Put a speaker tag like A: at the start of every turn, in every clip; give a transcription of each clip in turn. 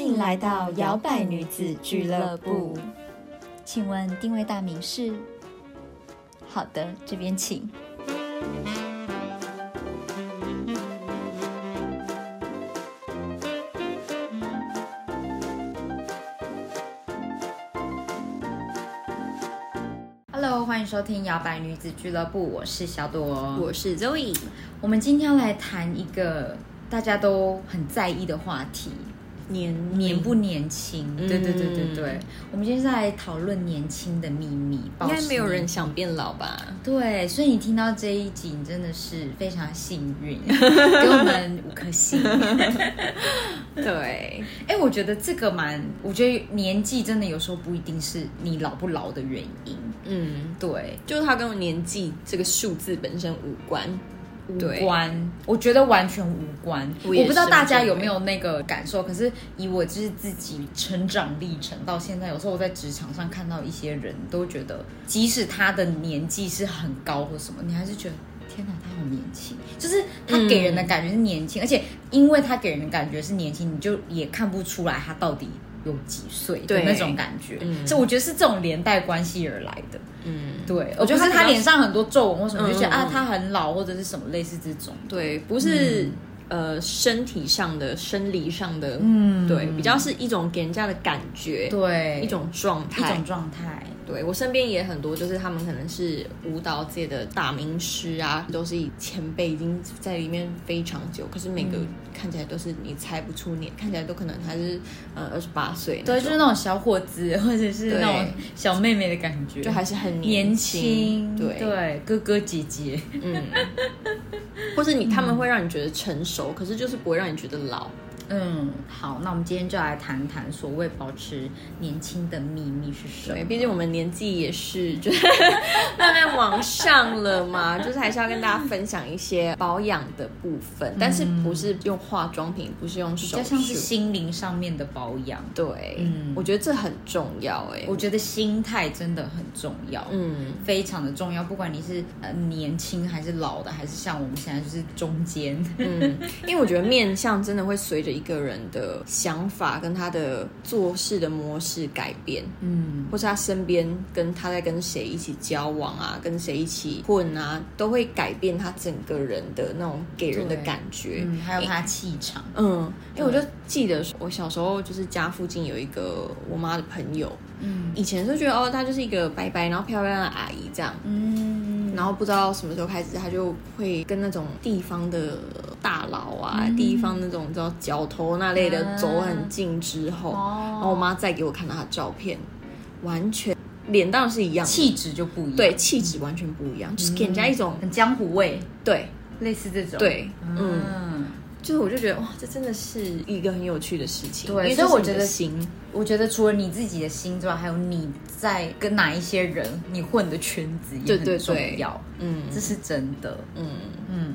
A: 迎来到摇摆女子俱乐部。请问定位大名是？好的，这边请。
B: Hello，欢迎收听摇摆女子俱乐部，我是小朵。
C: 我是 Zoe，
B: 我们今天要来谈一个大家都很在意的话题：
C: 年
B: 年不年轻？
C: 嗯
B: 对对对对对，我们今天是来讨论年轻的秘密。
C: 应
B: 保
C: 该
B: 持
C: 没有人
B: 年轻
C: 想变老吧？
B: 对，所以你听到这一集，你真的是非常幸 运，给我们五颗星。
C: 对，
B: 哎、我觉得这个蛮，我觉得年纪真的有时候不一定是你老不老的原因。
C: 嗯，
B: 对，
C: 就是它跟年纪这个数字本身无关。
B: 无
C: 对
B: 关，我觉得完全无关。
C: 我
B: 我
C: 也
B: 不知道
C: 是欸
B: 大家
C: 我觉
B: 有
C: 得
B: 没有那个感受，可是以我就是自己成长历程到现在，有时候我在职场上看到一些人，都觉得即使他的年纪是很高或什么，你还是觉得。天哪，他好年轻，就是他给
C: 嗯
B: 人的感觉是年轻，而且因为他给人的感觉是年轻，你就也看不出来他到底有几岁的
C: 对
B: 那种感觉。
C: 嗯
B: 所以我觉得是这种连带关系而来的。
C: 嗯，
B: 对，
C: 我
B: 我
C: 觉
B: 觉
C: 得
B: 得是
C: 他比较
B: 他脸上很多皱纹或什么，
C: 嗯
B: 就觉得啊
C: 嗯，
B: 他很老或者是什么类似这种。
C: 对，不是、呃身体上的、生理上的，
B: 嗯
C: 对，比较是一种给人家的感觉，
B: 对
C: 一种状
B: 一
C: 态
B: 种。状态。
C: 对我身边也很多，就是他们可能是舞蹈界的大名师啊，都是以前辈已经在里面非常久，可是每个看起来都是你猜不出年，看起来都可能还是呃二十八岁那
B: 对，
C: 种，
B: 就是那种小伙子或者是那种小妹妹的感觉，
C: 就还是很
B: 年
C: 轻，
B: 轻，
C: 对，
B: 对，哥哥姐姐，
C: 嗯， 或是你他们会让你觉得成熟，可是就是不会让你觉得老，
B: 嗯，好，那我们今天就来谈谈所谓保持年轻的秘密是什
C: 对，
B: 么。
C: 毕竟我们年纪也是就是 慢慢往上了嘛， 就是还是要跟大家分享一些保养的部分，但是不是用化妆品，不是用
B: 嗯比
C: 手
B: 较像是
C: 术。
B: 心灵上面的保养，
C: 对，
B: 嗯
C: 我觉得这很重要哎、
B: 我觉得心态真的很重要。
C: 嗯，
B: 非常的重要，不管你是呃年轻还是老的，还是像我们现在就是中间，
C: 嗯，因为我觉得面相真的会随着一个人的想法跟他的做事的模式改变，
B: 嗯，
C: 或是他身边跟他在跟谁一起交往啊，跟谁一起混啊，都会改变他整个人的那种给人的
B: 对
C: 感觉。
B: 嗯，还有他气场，
C: 嗯，因为我就记得我小时候就是家附近有一个我妈的朋友，
B: 嗯
C: 以前就觉得哦，她就是一个白白然后漂漂亮亮的阿姨这样，
B: 嗯，
C: 然后不知道什么时候开始，她就会跟那种地方的大佬啊，
B: 嗯
C: 地方那种你知道角头那类的
B: 啊
C: 走很近之后，
B: 哦
C: 然后我妈再给我看到她的照片，完全脸当然是一样的，
B: 气质就不一样，
C: 对，气质完全不一样，就是给人家一种、
B: 很江湖味，
C: 对
B: 类似这种，
C: 对，嗯，
B: 嗯，
C: 就是我就觉得哇，这真的是一个很有趣的事情，
B: 对
C: 因
B: 所
C: 为
B: 以
C: 这是
B: 我
C: 你的
B: 觉得
C: 心，
B: 我觉得除了你自己的心之外，还有你在跟哪一些人你混的圈子也
C: 对
B: 很
C: 对
B: 重
C: 对
B: 要，
C: 嗯
B: 这是真的，
C: 嗯，
B: 嗯，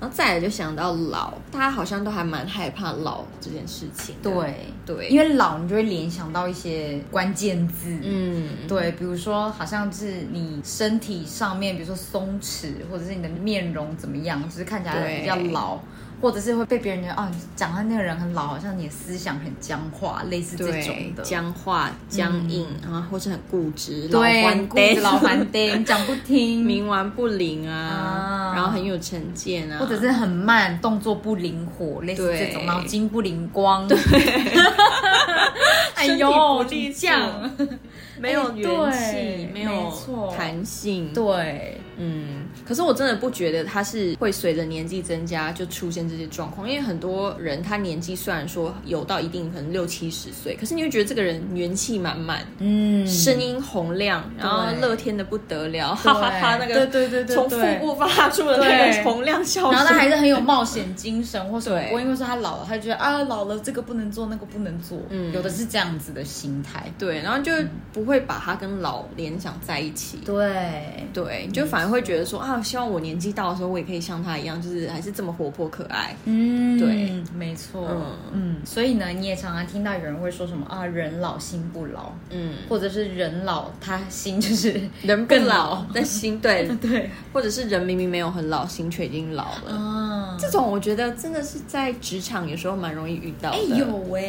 C: 然后再来就想到老，大家好像都还蛮害怕老这件事情的，
B: 对，
C: 对，
B: 因
C: 为
B: 为老你就会联想到一些关键字，嗯
C: 嗯，
B: 对，比如说好像是你身体上面，比如说松弛，或者是你的面容怎么样，就是看起来
C: 对
B: 比较老，或者是会被别人觉得哦，你讲话那个人很老，好像你的思想很僵化，类似这
C: 对
B: 种，的。
C: 僵化、僵硬，然后或是很固执，
B: 对，
C: 老
B: 你
C: 顽
B: 顾着
C: 呆，
B: 老顽 呆，你讲不听，
C: 冥顽不灵啊
B: 啊，
C: 然后很有成见啊，
B: 或者是很慢，动作不灵活，类似这种，
C: 对
B: 脑筋不灵光。 哎
C: 身体
B: 呦，
C: 不力
B: 你这样，
C: 没有
B: 哎
C: 元
B: 对
C: 气，没有
B: 没错
C: 弹性，
B: 对，
C: 嗯，可是我真的不觉得他是会随着年纪增加就出现这些状况，因为很多人他年纪虽然说有到一定可能六七十岁，可是你会觉得这个人元气满满，
B: 嗯，
C: 声音洪亮，然后乐天的不得了，哈哈哈！那个
B: 对对对对，
C: 从腹
B: 对
C: 部发出的那个
B: 对
C: 洪亮笑声，
B: 然后他还是很有冒险精神或什么。
C: 对
B: 我因为说他老了，他就觉得啊老了这个不能做，那个不能做，
C: 嗯
B: 有的是这样子的心态。
C: 对，然后就不会把他跟老联想在一起。
B: 对，
C: 对，你就反而会觉得说啊，希望我年纪到的时候，我也可以像他一样，就是还是这么活泼可爱。
B: 嗯
C: 对，
B: 没错，
C: 嗯
B: 嗯所以呢，你也常常听到有人会说什么啊，人老心不老，
C: 嗯，
B: 或者是人老他心就是
C: 人不
B: 更
C: 老，但心对
B: 对
C: 或者是人明明没有很老，心却已经老了。
B: 啊，嗯
C: 这种我觉得真的是在职场有时候蛮容易遇到的，
B: 哎有哎、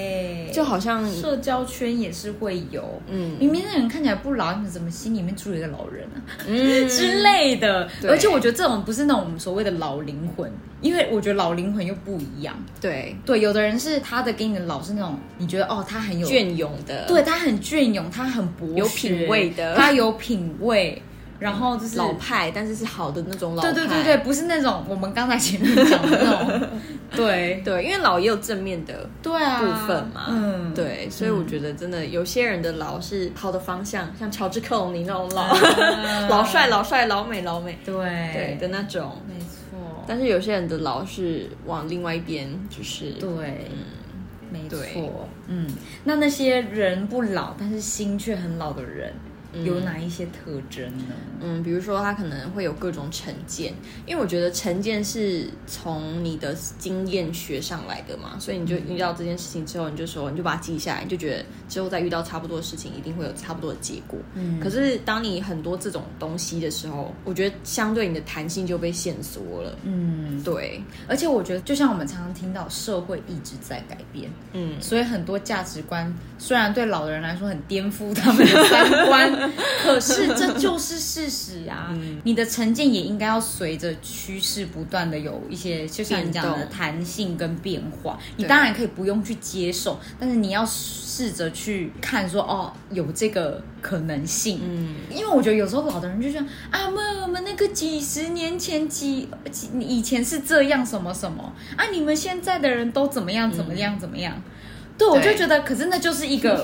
C: 就好像
B: 社交圈也是会有，
C: 嗯
B: 明明那人看起来不老，你们怎么心里面住了一个老人啊、
C: 嗯
B: 之类的？
C: 对
B: 而且我觉得这种不是那种我们所谓的老灵魂，因为我觉得老灵魂又不一样。
C: 对
B: 对，有的人是他的给你的老是那种你觉得哦，他很有
C: 隽永的，
B: 对他很隽永，他很博学
C: 有品味的
B: 他有品味，然后就是
C: 老派，但是是好的那种老派，
B: 对对对对，不是那种我们刚才前面讲的那种，对
C: 对，因为老也有正面的
B: 对啊
C: 部分嘛，
B: 嗯，
C: 对，所以我觉得真的有些人的老是好的方向，像乔治克隆尼那种老、
B: 啊
C: 老帅、老帅、老美、老美，
B: 对
C: 对
B: 对
C: 的那种。
B: 没错，
C: 但是有些人的老是往另外一边，就是
B: 对。没
C: 对
B: 错，嗯，那那些人不老，但是心却很老的人，有哪一些特征呢？
C: 嗯，比如说他可能会有各种成见，因为我觉得成见是从你的经验学上来的嘛，所以你就遇到这件事情之后，你就说你就把它记下来，你就觉得之后再遇到差不多的事情，一定会有差不多的结果。
B: 嗯
C: 可是当你很多这种东西的时候，我觉得相对你的弹性就被限缩了。
B: 嗯，
C: 对，
B: 而且我觉得，就像我们常常听到，社会一直在改变，
C: 嗯，
B: 所以很多价值观虽然对老人来说很颠覆他们的三观，可是这就是事实 啊。
C: 嗯
B: 你的成见也应该要随着趋势不断的有一些，就像你讲的
C: 变动
B: 弹性跟变化。你
C: 对
B: 当然可以不用去接受，但是你要试着去看说，哦，有这个可能性。
C: 嗯，
B: 因为我觉得有时候老的人就说啊，我我们那个几十年前几几以前是这样什么什么啊，你们现在的人都怎么样怎么
C: 嗯
B: 样怎么样。对，我就
C: 对
B: 觉得，可是那就是一 个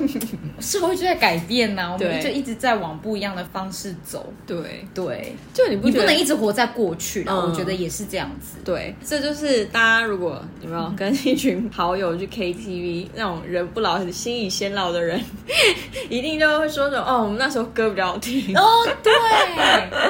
B: 社会就在改变呐、我们
C: 对
B: 就一直在往不一样的方式走。
C: 对，
B: 对，
C: 就你不
B: 你
C: 觉
B: 不
C: 得
B: 能一直活在过去啦，
C: 嗯
B: 我觉得也是这样子。
C: 对，这就是大家如果有没有跟一群好友去 KTV，那种人不老心已先老的人， 一定就会说什么哦，我们那时候歌比较好听。
B: 哦，对，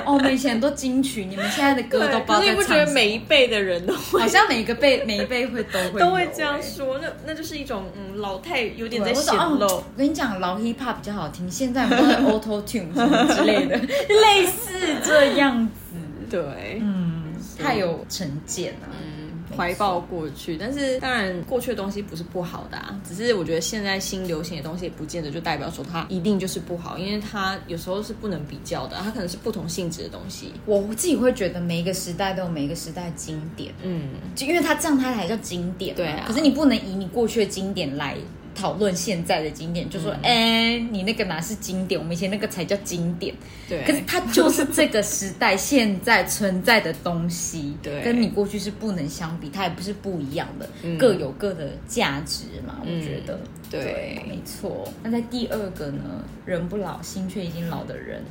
B: 哦，我们以前很多金曲，你们现在的歌
C: 对
B: 都不知道
C: 可是
B: 在
C: 你不
B: 唱
C: 觉得
B: 什么
C: 每一辈的人都会
B: 好像每一个辈 每一辈会都会
C: 都会
B: 有
C: 这样
B: 欸
C: 说？那那就是一种嗯老态有点
B: 对
C: 在
B: 我
C: 显
B: 说
C: 露
B: 哦。。我跟你讲，老 hip hop 比较好听，现在我们 都在 auto tune 什么之类的，类似这样子。
C: 对，
B: 嗯，太有成见了。
C: 嗯，怀抱过去，但是当然过去的东西不是不好的啊，只是我觉得现在新流行的东西也不见得就代表说它一定就是不好，因为它有时候是不能比较的，它可能是不同性质的东西。
B: 我自己会觉得每一个时代都有每一个时代的经典，
C: 嗯，
B: 就因为它这样它才叫经典嘛。
C: 对啊
B: 可是你不能以你过去的经典来。讨论现在的经典，就说，
C: 嗯
B: 哎、你那个哪是经典？我们以前那个才叫经典。
C: 对，
B: 可是它就是这个时代现在存在的东西，
C: 对
B: 跟你过去是不能相比，它也不是不一样的，
C: 嗯
B: 各有各的价值嘛，
C: 嗯
B: 我觉得。
C: 对
B: 没错。那在第二个呢，人不老，心却已经老的人，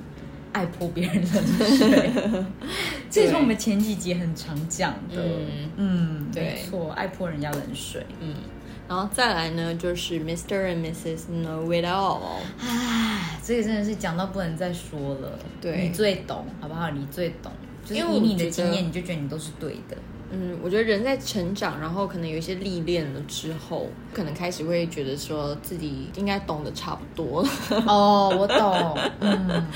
B: 爱泼别人冷水， 这也是我们前几集很常讲的。
C: 嗯
B: 嗯，
C: 对
B: 没错，爱泼人家冷水。
C: 嗯，然后再来呢，就是 Mr. and Mrs. Know It All。
B: 唉，这个真的是讲到不能再说了。
C: 对
B: 你最懂，好不好？你最懂，就是
C: 因为
B: 以
C: 我
B: 你的
C: 觉
B: 经
C: 得
B: 验，你就觉得你都是对 的。
C: 嗯，我觉得人在成长，然后可能有一些历练了之后，可能开始会觉得说自己应该懂得差不多了。
B: 哦，我懂，嗯，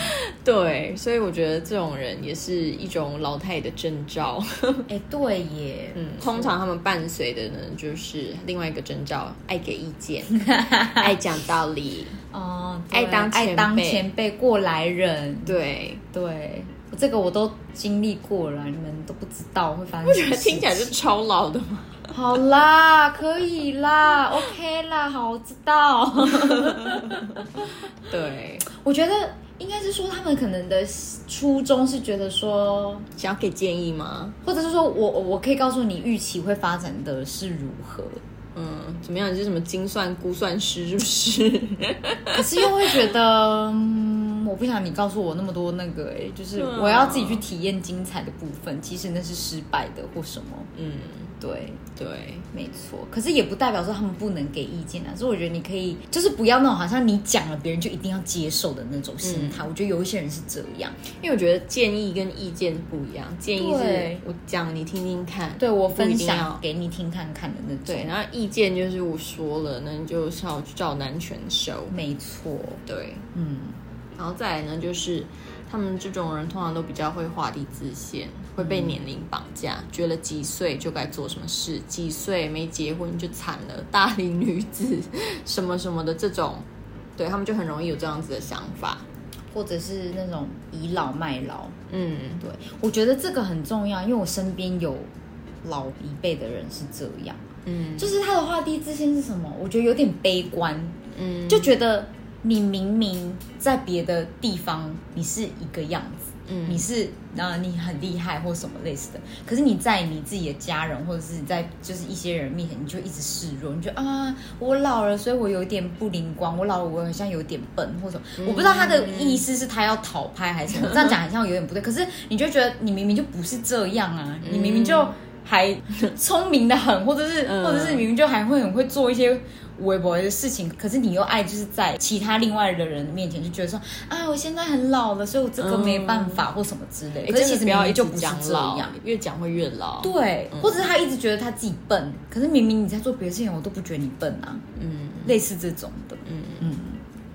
C: 对，所以我觉得这种人也是一种老太的征兆。
B: 哎，对耶，
C: 嗯，通常他们伴随的呢，就是另外一个征兆，爱给意 见，爱讲道理。
B: 哦，
C: 爱
B: 对
C: 当
B: 爱
C: 前
B: 当
C: 辈
B: 前辈过来人，
C: 对，
B: 对，这个我都经历过了，你们都不知道会发生
C: 我
B: 什
C: 觉
B: 么
C: 得
B: 事情。
C: 听起来就超老的嘛。
B: 好啦，可以啦，OK 啦，好，我知 道。
C: 对，
B: 我觉得应该是说他们可能的初衷是觉得说，
C: 想要给建议吗？
B: 或者是说我我可以告诉你预期会发展的是如何，
C: 嗯，怎么样？你是什么精算估算师是不是？
B: 可是又会觉得，嗯，我不想你告诉我那么多那个、欸，就是
C: 对啊
B: 我要自己去体验精彩的部分，即使那是失败的或什么，
C: 嗯，
B: 对。
C: 对，
B: 没错，可是也不代表说他们不能给意见啊。所以我觉得你可以，就是不要那种好像你讲了别人就一定要接受的那种心
C: 嗯
B: 态。我觉得有一些人是这样。
C: 因为我觉得建议跟意见不一样，建议是
B: 对
C: 我讲你听听看，
B: 对我分
C: 不一定
B: 享嗯
C: 要
B: 给你听看看的那种。
C: 对，，然后意见就是我说了，那你就照照单全收，
B: 没错。
C: 对，
B: 嗯，
C: 然后再来呢，就是他们这种人通常都比较会画地自限，会被年龄绑架，觉得几岁就该做什么事，几岁没结婚就惨了，大龄女子什么什么的这种，对他们就很容易有这样子的想法。
B: 或者是那种倚老卖老。
C: 嗯，
B: 对，我觉得这个很重要，因为我身边有老一辈的人是这样，
C: 嗯
B: 就是他的画地自限是什么？我觉得有点悲观，
C: 嗯
B: 就觉得你明明在别的地方你是一个样子，
C: 嗯
B: 你是呃你很厉害或什么类似的，可是你在你自己的家人或者是你在就是一些人面前，你就一直示弱，你就啊我老了，所以我有点不灵光，我老了我好像有点笨或什么，
C: 嗯
B: 我不知道他的意思是他要讨拍还是什么，这样讲好像有点不对，可是你就觉得你明明就不是这样啊，你明明就。还聪明的很，或者是，
C: 嗯
B: 或者是明明就还会很会做一些微博的事情，可是你又爱就是在其他另外的人面前就觉得说啊，我现在很老了，所以我这个没办法、或什么之类的。
C: 诶
B: 可是
C: 哎真
B: 其
C: 的
B: 实
C: 不
B: 明
C: 要一
B: 明就
C: 直
B: 不是
C: 讲
B: 这
C: 老嗯
B: 样。
C: 越讲会越老。
B: 对，或者是他一直觉得他自己笨，可是明明你在做别的事情，我都不觉得你笨啊，
C: 嗯
B: 类似这种的，
C: 嗯。
B: 嗯，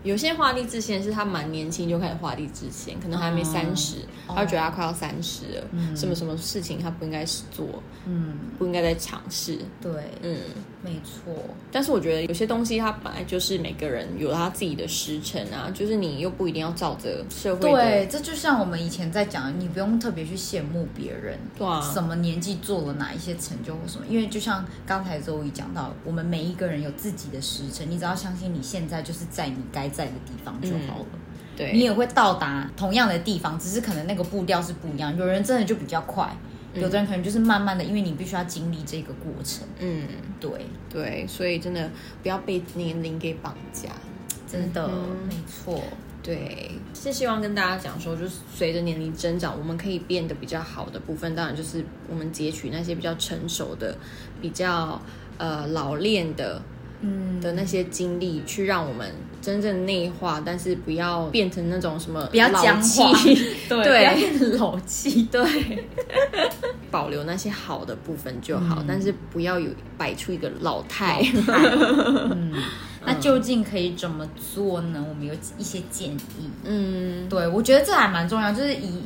C: 有些画地自限是他蛮年轻就开始画地自限，可能还没
B: 嗯
C: 三十、
B: 哦
C: 他就觉得他快要三十了、
B: 嗯
C: 什么什么事情他不应该是做，
B: 嗯，
C: 不应该再尝试。
B: 对，
C: 嗯，
B: 没错，
C: 但是我觉得有些东西它本来就是每个人有他自己的时辰啊，就是你又不一定要照着社会的
B: 对，这就像我们以前在讲的，你不用特别去羡慕别人，
C: 对啊
B: 什么年纪做了哪一些成就或什么，因为就像刚才周瑜讲到，我们每一个人有自己的时辰，你只要相信你现在就是在你该在的地方就好了。
C: 嗯对，
B: 你也会到达同样的地方，只是可能那个步调是不一样。有人真的就比较快，有的人可能就是慢慢的，因为你必须要经历这个过程。
C: 嗯
B: 对，
C: 对，所以真的不要被年龄给绑架。
B: 真的、
C: 嗯
B: 没错。
C: 对，是希望跟大家讲说，就是随着年龄增长，我们可以变得比较好的部分，当然就是我们截取那些比较成熟的、比较呃老练的，嗯的那些经历，去让我们真正内化，但是不要变成那种什么
B: 不要
C: 老
B: 僵
C: 气
B: 化
C: 对
B: 不要变老气。
C: 对，保留那些好的部分就好，但是不要有摆出一个嗯老态。
B: 嗯，那究竟可以怎么做呢？我们有一些建议。
C: 嗯，
B: 对，我觉得这还蛮重要，就是以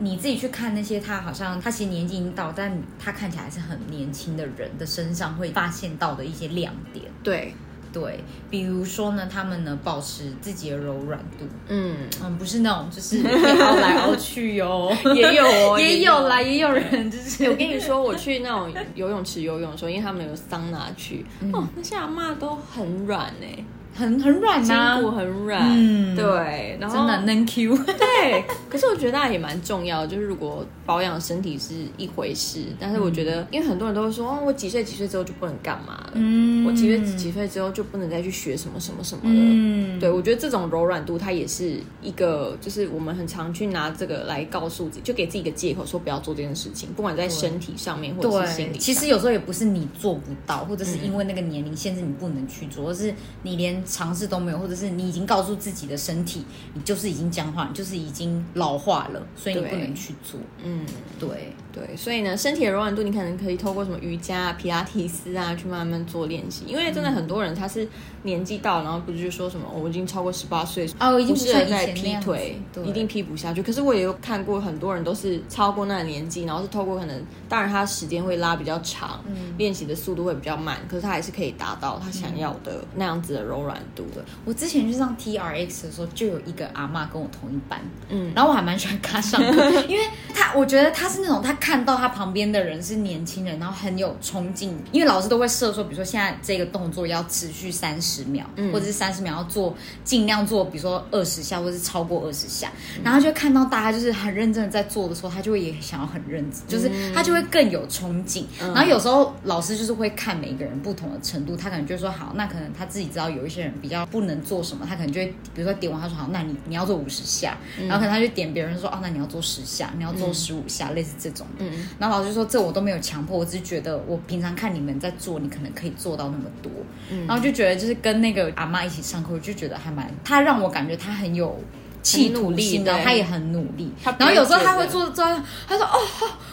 B: 你自己去看那些他好像他其实年纪已经到，但他看起来还是很年轻的人的身上会发现到的一些亮点。
C: 对，
B: 对，比如说呢，他们呢保持自己的柔软度，
C: 嗯，
B: 嗯，不是那种就是凹来凹去 哟、
C: 也有哦，
B: 也有啦，。 也有人就是
C: 我跟你说，我去那种游泳池游泳的时候，因为他们有桑拿区，
B: 嗯
C: 哦，那些阿嬷都很软哎、
B: 很很软呐、
C: 筋骨很软，
B: 嗯
C: 对，然后
B: 真的能 Q，
C: 对，可是我觉得那也蛮重要的，就是如果保养身体是一回事，但是我觉得，因为很多人都会说，哦，我几岁几岁之后就不能干嘛了，
B: 嗯
C: 我几岁几岁之后就不能再去学什么什么什么了。
B: 嗯，
C: 对，我觉得这种柔软度，它也是一个，就是我们很常去拿这个来告诉自己，就给自己一个借口，说不要做这件事情，不管在身体上面或者是心
B: 对，
C: 理上。嗯
B: 其实有时候也不是你做不到，或者是因为那个年龄限制你不能去做，而是你连尝试都没有，或者是你已经告诉自己的身体，你就是已经僵化，你就是已经老化了，所以你
C: 对
B: 不能去做。
C: 嗯，
B: 对，
C: 对，所以呢，身体的柔软度，你可能可以透过什么瑜伽、啊、皮拉提斯啊，去慢慢做练习。因为真的很多人他是年纪到，然后不是就说什么、哦我已经超过十八岁，
B: 哦我已经
C: 不
B: 不
C: 适
B: 像
C: 合
B: 以
C: 再
B: 前那
C: 劈
B: 样子
C: 腿，
B: 对
C: 一定劈不下去。可是我也有看过很多人都是超过那个年纪，然后是透过可能，当然他时间会拉比较长，
B: 嗯
C: 练习的速度会比较慢，可是他还是可以达到他想要的那样子的柔软度的。
B: 我之前去上 T R X 的时候，就有一个阿嬷跟我同一班，
C: 嗯
B: 然后我还蛮喜欢她上课，因为她我觉得她是那种她看到她旁边的人是年轻人，然后很有冲劲，因为老师都会设说，比如说现在这个动作要持续三十秒，或者是三十秒要做尽量做，比如说二十下，或是超过二十下，然后她就会看到大家就是很认真的在做的时候，她就会也想要很认真，就是她就会更有冲劲。然后有时候老师就是会看每个人不同的程度，他可能就说好，那可能他自己知道有一些人比较不能做什么，他可能就会比如说点完他说好，那你你要做五十下，
C: 嗯
B: 然后可能他就点别人说哦，那你要做十下，你要做十五下，类似这种的。
C: 嗯
B: 然后老师就说这我都没有强迫，我只是觉得我平常看你们在做，你可能可以做到那么多，
C: 嗯
B: 然后就觉得就是跟那个阿妈一起上课，我就觉得还蛮，他让我感觉他很有。企图心的，
C: 很努力对
B: 他也很努力
C: 他，不
B: 然后
C: 会
B: 有时候他
C: 觉
B: 会
C: 得
B: 做做，他说哦，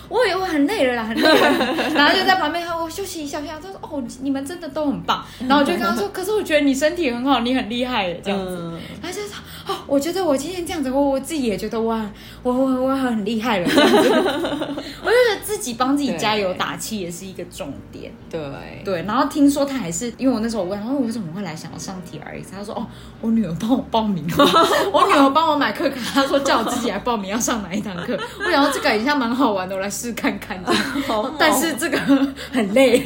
B: 我以为我很累了啦，很累 了，然后就在旁边喊我休息一下，休息一下。他说哦，你们真的都很棒。然后我就跟他说，可是我觉得你身体很好，你很厉害耶，这样子。
C: 嗯
B: 然后就说哦，我觉得我今天这样子，我我自己也觉得哇，我我我很厉害了。这样子我就觉得自己帮自己加油
C: 对
B: 打气也是一个重点。
C: 对
B: 对，然后听说他还是因为我那时候我问他，哦我为什么会来想要上 T R X，他说哦，我女儿帮我报名，我女儿帮我买课卡，他说叫我自己来报名要上哪一堂课。我想到这个好像蛮好玩的，我来试看看。
C: 好猛
B: 但是 这个很累，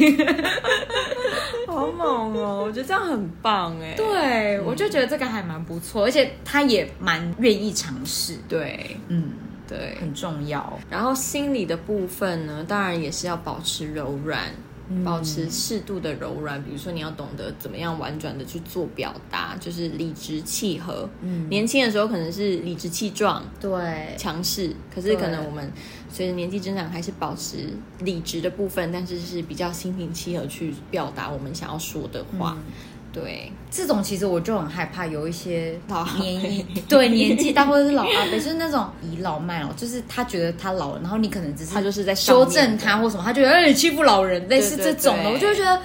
C: 好猛哦，我觉得这样很棒哎。
B: 对我就觉得这个还蛮不错，而且他也蛮愿意尝试，
C: 对
B: 嗯，
C: 对，
B: 很重要。
C: 然后心理的部分呢，当然也是要保持柔软，
B: 嗯
C: 保持适度的柔软。比如说，你要懂得怎么样婉转的去做表达，就是理直气和。嗯，年轻的时候可能是理直气壮、
B: 对，
C: 强势，可是
B: 对
C: 可能我们随着年纪增长，还是保持理直的部分，但是是比较心平气和去表达我们想要说的话。
B: 嗯
C: 对，
B: 这种其实我就很害怕，有一些
C: 老阿伯
B: 年一 对年纪大或者是老阿伯，就是那种倚老卖老，就是他觉得他老了，然后你可能只是
C: 他就是在上
B: 修
C: 面
B: 正他或什么，他觉得哎、你欺负老人，类似
C: 对
B: 这
C: 对
B: 种的，
C: 对
B: 我就会觉得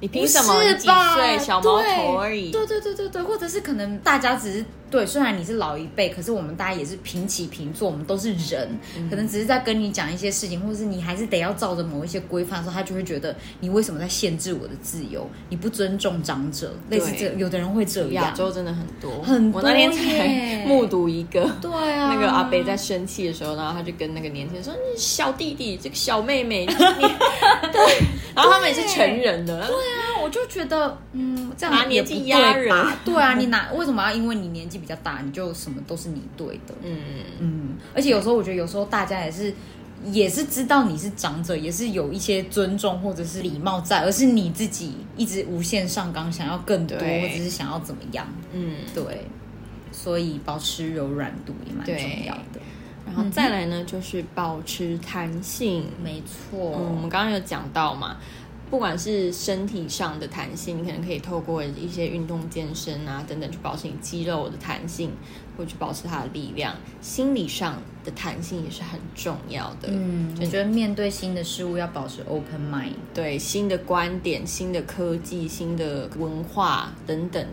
C: 你
B: 不
C: 凭
B: 是
C: 什么？你几
B: 吧？
C: 岁？小毛头而已。
B: 对对对对对，或者是可能大家只是对，虽然你是老一辈，可是我们大家也是平起平坐，我们都是人，
C: 嗯
B: 可能只是在跟你讲一些事情，或者是你还是得要照着某一些规范的时候，他就会觉得你为什么在限制我的自由？你不尊重长者，类似这，有的人会这
C: 亚
B: 样。
C: 洲真的很多，
B: 很多
C: 我那天
B: 耶
C: 才目睹一个，
B: 对啊，
C: 那个阿北在生气的时候，然后他就跟那个年轻人说：“你小弟弟，这个小妹妹，你 对。”然后他们也是成人的，
B: 啊，我就觉得，嗯，这样
C: 拿
B: 也
C: 年
B: 不
C: 纪
B: 对
C: 压人
B: 吧？对啊，你拿为什么要因为你年纪比较大，你就什么都是你对的？
C: 嗯，
B: 嗯，而且有时候我觉得，有时候大家也是也是知道你是长者，也是有一些尊重或者是礼貌在，而是你自己一直无限上纲，想要更多，
C: 对
B: 或者是想要怎么样？
C: 嗯，
B: 对，所以保持柔软度也蛮
C: 对
B: 重要的。
C: 然后再来呢，就是保持弹性。
B: 没错，
C: 嗯，我们刚刚有讲到嘛，不管是身体上的弹性，你可能可以透过一些运动、健身啊等等去保持你肌肉的弹性，或去保持它的力量。心理上的弹性也是很重要的。
B: 嗯，我觉得面对新的事物要保持 open mind。
C: 对新的观点、新的科技、新的文化等等，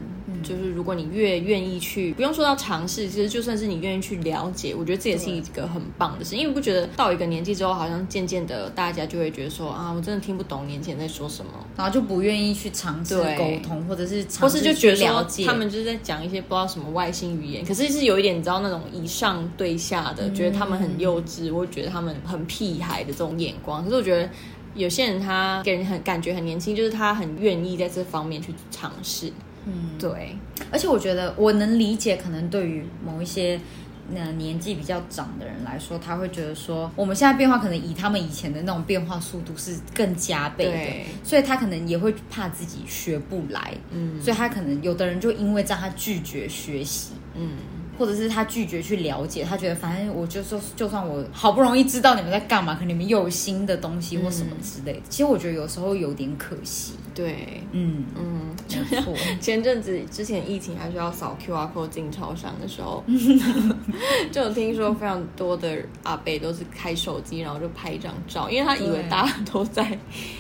C: 就是如果你越愿意去，不用说到尝试，其实就算是你愿意去了解，我觉得这也是一个很棒的事。因为不觉得到一个年纪之后，好像渐渐的大家就会觉得说啊，我真的听不懂年轻人在说什么，
B: 然后就不愿意去尝试
C: 对
B: 沟通，或者是尝
C: 或
B: 试
C: 是
B: 去
C: 就觉得
B: 了
C: 说
B: 解
C: 他们就是在讲一些不知道什么外星语言，可是是有一点你知道那种以上对下
B: 嗯
C: 的，觉得他们很幼稚，我觉得他们很屁孩的这种眼光。可是我觉得有些人他给人很感觉很年轻，就是他很愿意在这方面去尝试。嗯，对，
B: 而且我觉得我能理解，可能对于某一些。那年纪比较长的人来说，他会觉得说，我们现在变化可能以他们以前的那种变化速度是更加倍
C: 对
B: 的，所以他可能也会怕自己学不来，嗯，所以他可能有的人就因为这样，他拒绝学习，
C: 嗯，
B: 或者是他拒绝去了解，他觉得反正我就说，就算我好不容易知道你们在干嘛，可你们又有新的东西或什么之类的，其实我觉得有时候有点可惜，
C: 对，
B: 嗯，
C: 嗯。
B: 没错，
C: 前阵子之前疫情还需要扫 QR code 进超商的 时候，就有听说非常多的阿伯都是开手机，然后就拍一张照，因为他以为
B: 对
C: 大家都在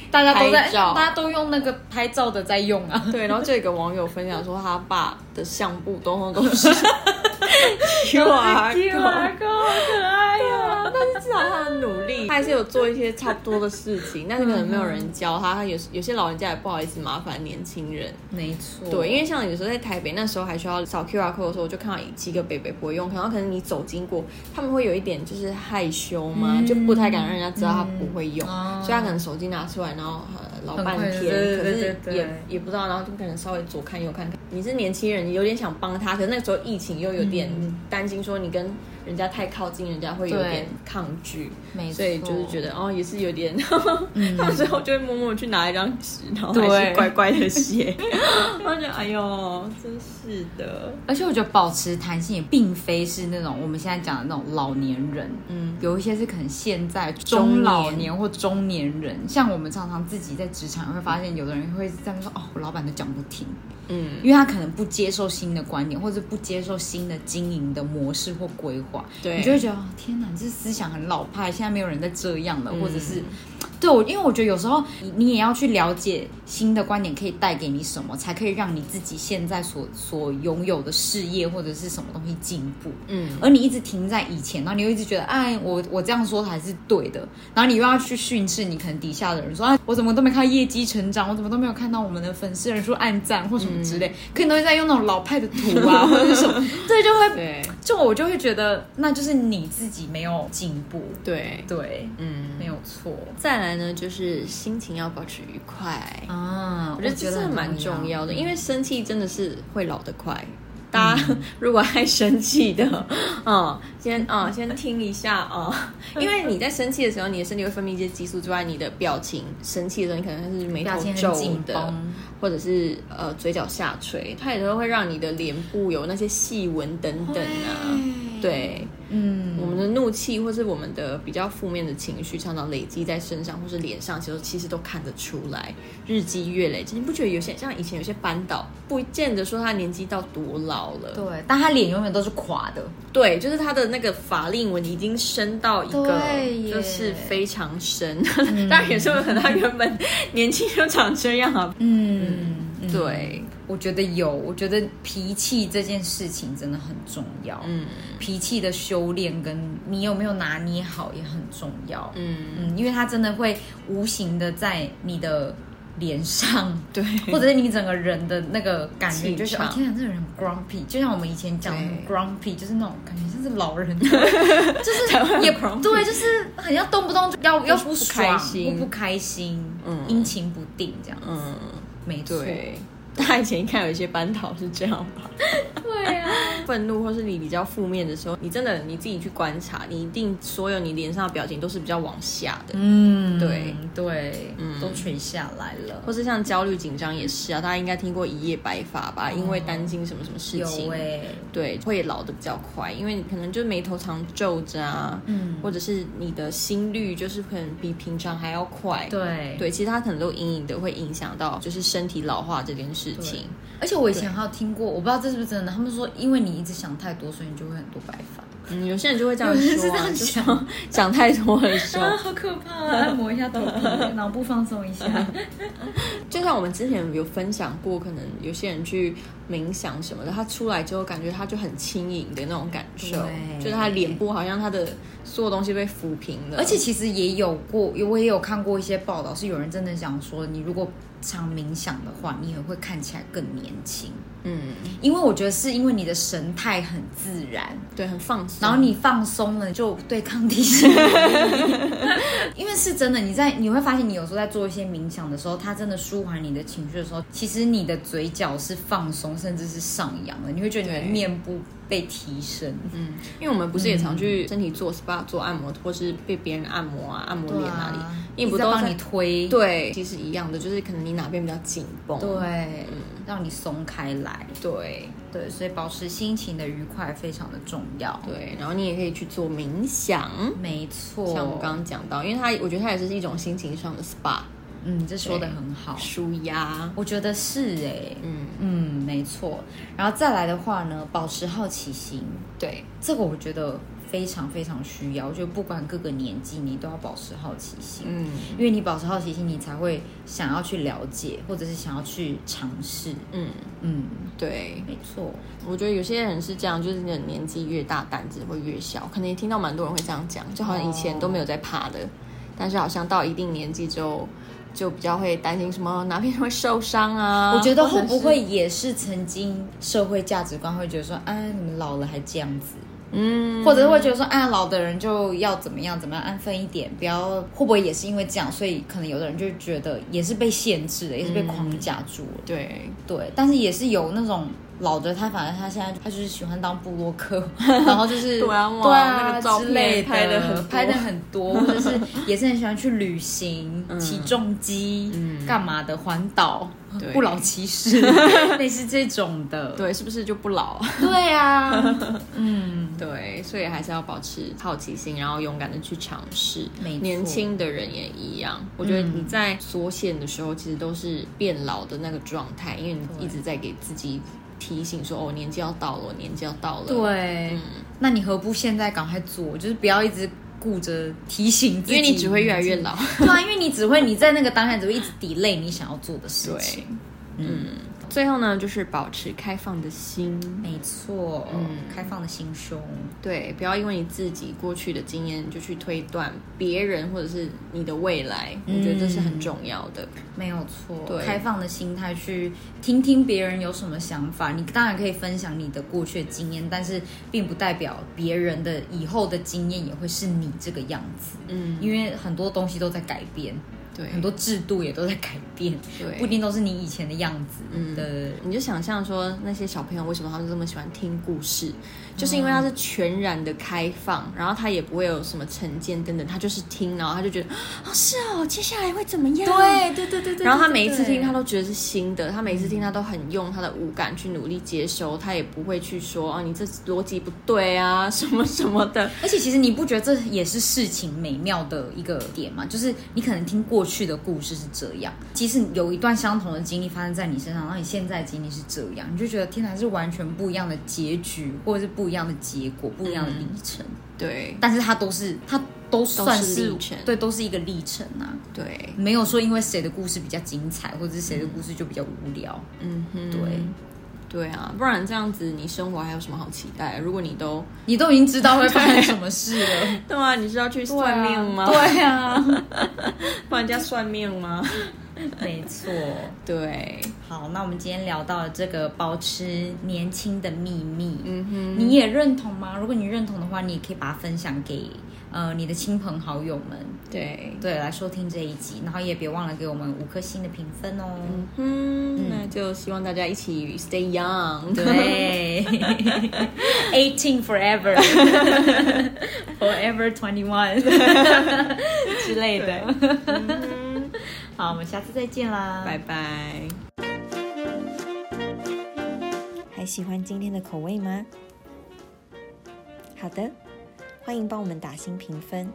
B: 大家都在，
C: 拍照
B: 大家都用那个拍照的在用啊。
C: 对，然后就有一个网友分享说，他爸的相簿通通都是 QR code。
B: 可爱呀、
C: 但是至少他很努力，他还是有做一些差不多的事情，但是可能没有人教他。他有有些老人家也不好意思麻烦年轻人，
B: 没错，
C: 对，因为像有时候在台北那时候还需要扫 QR code 的时候，我就看到几个北北不会用，然后可能你走经过，他们会有一点就是害羞嘛，就不太敢让人家知道他不会用，
B: 嗯
C: 所以他可能手机拿出来，然后、呃、老
B: 很
C: 半
B: 快就
C: 天，
B: 对对对
C: 可
B: 对
C: 是也
B: 对
C: 也不知道，然后就可能稍微左看右看看。你是年轻人，你有点想帮他，可是那时候疫情又有点担心，说你跟人家太靠近，人家会有
B: 嗯对
C: 点抗拒，
B: 没错
C: 所以就是觉得哦，也是有 点，他们最后就会默默地去拿一张纸，然后还
B: 对
C: 是乖乖的 写。我就哎呦，真是的，
B: 而且我觉得保持弹性也并非是那种我们现在讲的那种老年人，
C: 嗯，
B: 有一些是可能现在
C: 中
B: 中
C: 年
B: 老年或中年人，像我们常常自己在职场也会发现，有的人会在那边说哦，我老板都讲不听，
C: 嗯，
B: 因为他可能不接受新的观点，或者不接受新的经营的模式或规划，
C: 对
B: 你就会觉得哦天哪，这思想很老派，现在没有人在这样了，或者是对，我因为我觉得有时候你你也要去了解新的观点可以带给你什么，才可以让你自己现在所所拥有的事业或者是什么东西进步。
C: 嗯，
B: 而你一直停在以前，然后你又一直觉得，哎，我我这样说才是对的，然后你又要去训斥你可能底下的人说，啊，我怎么都没看到业绩成长，我怎么都没有看到我们的粉丝人数暗赞或什么之类，可你都是在用那种老派的图啊或者是什么， 对，就会，
C: 对
B: 就我就会觉得那就是你自己没有进步，
C: 对，
B: 对，
C: 嗯。
B: 没有错
C: 再来呢，就是心情要保持愉快，
B: 啊，
C: 我觉得这是
B: 很嗯
C: 蛮重要的，因
B: 为
C: 为生气真的是会老得快。大家如果爱生气的， 嗯，先啊、嗯先听一下 啊、嗯因为你在生气的时候，你的身体会分泌一些激素之外，你的表情，生气的时候你可能是眉
B: 表
C: 头
B: 情
C: 皱
B: 很紧
C: 的，
B: 绷，
C: 或者是呃嘴角下垂，它有时候会让你的脸部有那些细纹等等啊。对，
B: 嗯
C: 我们的怒气或是我们的比较负面的情绪，常常累积在身上或是脸上，其实其实都看得出来，日积月累。你不觉得有些像以前有些班导，不见得说他年纪到多老了，
B: 对，但他脸永远都是垮的，
C: 对，就是他的那个法令纹已经深到一个
B: 对，耶
C: 就是非常深。 当然也是有可能他原本年轻就长这样啊，
B: 嗯，嗯
C: 对，
B: 我觉得有，我觉得脾气这件事情真的很重要。
C: 嗯
B: 脾气的修炼跟你有没有拿捏好也很重要。嗯
C: 嗯，
B: 因为它真的会无形的在你的脸上，
C: 对，
B: 或者是你整个人的那个感觉，
C: 气
B: 你就是
C: 场
B: 哦，天哪，这个人很 grumpy，就像我们以前讲的
C: 对
B: grumpy，就是那种感觉像是老 人，
C: 就是
B: 也
C: grumpy
B: 对，就是很像动不动就要要不
C: 不
B: 爽
C: 开心
B: 不不开心，
C: 嗯
B: 阴晴不定这样，
C: 嗯，
B: 没错，
C: 对。 大家以前看有一些班导是这样吧？
B: 对啊。
C: 愤怒或是你比较负面的时候，你真的你自己去观察，你一定所有你脸上的表情都是比较往下的，
B: 嗯，
C: 对嗯
B: 对，都垂下来了。
C: 或是像焦虑紧张也是啊，大家应该听过一夜白发吧？因为担心什么什么事
B: 有
C: 情，
B: 哎、
C: 对，会老得比较快，因为你可能就眉头常皱着啊，
B: 嗯
C: 或者是你的心率就是可能比平常还要快，
B: 对，
C: 对，其实它可能都隐隐的会影响到就是身体老化这件事情，
B: 而且我以前还有听过，我不知道这是不是真的，他们说因为你一直想太多，所以你就会很多白发。
C: 嗯，有些人就会这样
B: 有人
C: 说、
B: 是这
C: 啊，
B: 样
C: 就
B: 想
C: 说 想太多的时候，
B: 好可怕、啊！ 按摩一下头皮，脑部放松 一下。
C: 就像我们之前有分享过，可能有些人去冥想什么的，他出来之后感觉他就很轻盈的那种感受，
B: 对
C: 就是他脸部好像他的所有东西被抚平了，
B: 而且其实也有过，我也有看过一些报道，是有人真的讲说，你如果常冥想的话，你也会看起来更年轻。
C: 嗯，
B: 因为我觉得是因为你的神态很自然，
C: 对，很放松。
B: 然后你放松了，就对抗体 是没有力，因为是真的。你在你会发现，你有时候在做一些冥想的时候，它真的舒缓你的情绪的时候，其实你的嘴角是放松，甚至是上扬的，你会觉得你的
C: 对
B: 面部被提升。
C: 嗯，因为我们不是也常去身体做 SPA、做按摩，或是被别人按摩啊，按摩
B: 对
C: 脸
B: 啊
C: 哪里，
B: 一
C: 因为
B: 直
C: 不
B: 在
C: 都
B: 帮
C: 在
B: 你推，
C: 对，其实一样的，就是可能你哪边比较紧绷，
B: 对，让你松开来。
C: 对
B: 对，所以保持心情的愉快非常的重要。
C: 对，然后你也可以去做冥想，
B: 没错，
C: 像我们刚刚讲到，因为它我觉得它也是一种心情上的 SPA，
B: 嗯，这说的
C: 对
B: 很好，
C: 舒压，
B: 我觉得是哎、
C: 嗯，
B: 嗯，没错。然后再来的话呢，保持好奇心，
C: 对。
B: 这个我觉得非常非常需要。我觉得不管各个年纪，你都要保持好奇心，
C: 嗯，
B: 因为你保持好奇心，你才会想要去了解，或者是想要去尝试。
C: 嗯，
B: 嗯，
C: 对，
B: 没错，
C: 我觉得有些人是这样，就是你的年纪越大，胆子会越小。可能也听到蛮多人会这样讲，就好像以前都没有在怕
B: 哦
C: 的，但是好像到一定年纪之后，就比较会担心什么哪边会受伤啊。
B: 我觉得会
C: 或者
B: 不
C: 是
B: 会也是曾经社会价值观会觉得说，啊，你们老了还这样子。
C: 嗯，
B: 或者是会觉得说，啊，老的人就要怎么样怎么样安分一点，不要会不会也是因为这样，所以可能有的人就觉得也是被限制了，也
C: 嗯
B: 是被框架住了。
C: 对，
B: 对，但是也是有那种老的，他反正他现在他就是喜欢当部落 客，然后就是
C: 对啊哇
B: 对啊
C: 那个照片
B: 之类的
C: 拍得很多嗯
B: 拍的很多，或者 是也是很喜欢去旅行、骑重机、干嘛的，环岛
C: 对、
B: 不老骑 士，类似这种的。
C: 对，是不是就不老？
B: 对 啊，
C: 对，所以还是要保持好奇心，然后勇敢的去尝试。
B: 没错
C: 年轻的人也一样，我觉得你在缩限的时候，其实都是变老的那个状态，因为你一直在给自己提醒说：“哦，
B: 嗯
C: 年纪要到了，年纪要到了。”，
B: 对，那你何不现在赶快做，就是不要一直顾着提醒自
C: 因
B: 己，
C: 为你只会 越来越老。
B: 对啊，因为你只会你在那个当下只会一直 delay 你想要做的事情
C: 对。，嗯，最后呢，就是保持开放的心，
B: 没错，
C: 嗯
B: 开放的心胸，
C: 对，不要因为你自己过去的经验就去推断别人或者是你的未来，我觉得这是很重要的。
B: 没有错，
C: 对
B: 开放的心态去听听别人有什么想法。你当然可以分享你的过去的经验，但是并不代表别人的以后的经验也会是你这个样子，
C: 嗯，
B: 因为很多东西都在改变，
C: 对，
B: 很多制度也都在改变，
C: 对
B: 不一定都是你以前的样子。
C: 嗯
B: 对，
C: 你就想象说，那些小朋友为什么他们这么喜欢听故事，就是因为他是全然的开放，然后他也不会有什么成见等等，他就是听，然后他就觉得哦是哦，接下来会怎么样？
B: 对对对对对。
C: 然后他每一次
B: 对
C: 听，他都觉得是新的。他每一次听，他都很用他的五感去努力接收，他也不会去说啊，你这逻辑不对啊，什么什么的。
B: 而且其实你不觉得这也是事情美妙的一个点吗？就是你可能听过去的故事是这样，即使有一段相同的经历发生在你身上，然后你现在的经历是这样，你就觉得天哪，是完全不一样的结局，或者是不一样的结果，不一样的历程。
C: 对
B: 但是它都是它嗯都算
C: 都是历程
B: 对，都是一个历程啊，
C: 对，
B: 没有说因为谁的故事比较精彩，或者是谁的故事就比较无聊。
C: 嗯哼，
B: 对，
C: 对啊，不然这样子你生活还有什么好期待？啊如果你都
B: 你都已经知道会发生什么事 了，
C: 对啊，你是要去算命吗？
B: 对啊，
C: 帮人家算命吗？
B: 没错。
C: 对，
B: 好，那我们今天聊到了这个保持年轻的秘密，
C: 嗯哼，
B: 你也认同吗？如果你认同的话，你也可以把它分享给呃你的亲朋好友们，
C: 对，
B: 对，来收听这一集，然后也别忘了给我们五颗星的评分哦。
C: 嗯哼，那就希望大家一起 stay young。
B: 对，eighteen forever 。Forever Twenty One 之类的，好，我们下次再见啦，
C: 嗯拜拜。
D: 还喜欢今天的口味吗？好的，欢迎帮我们打新评分。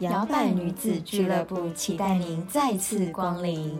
A: 摇摆女子俱乐部期待您再次光临。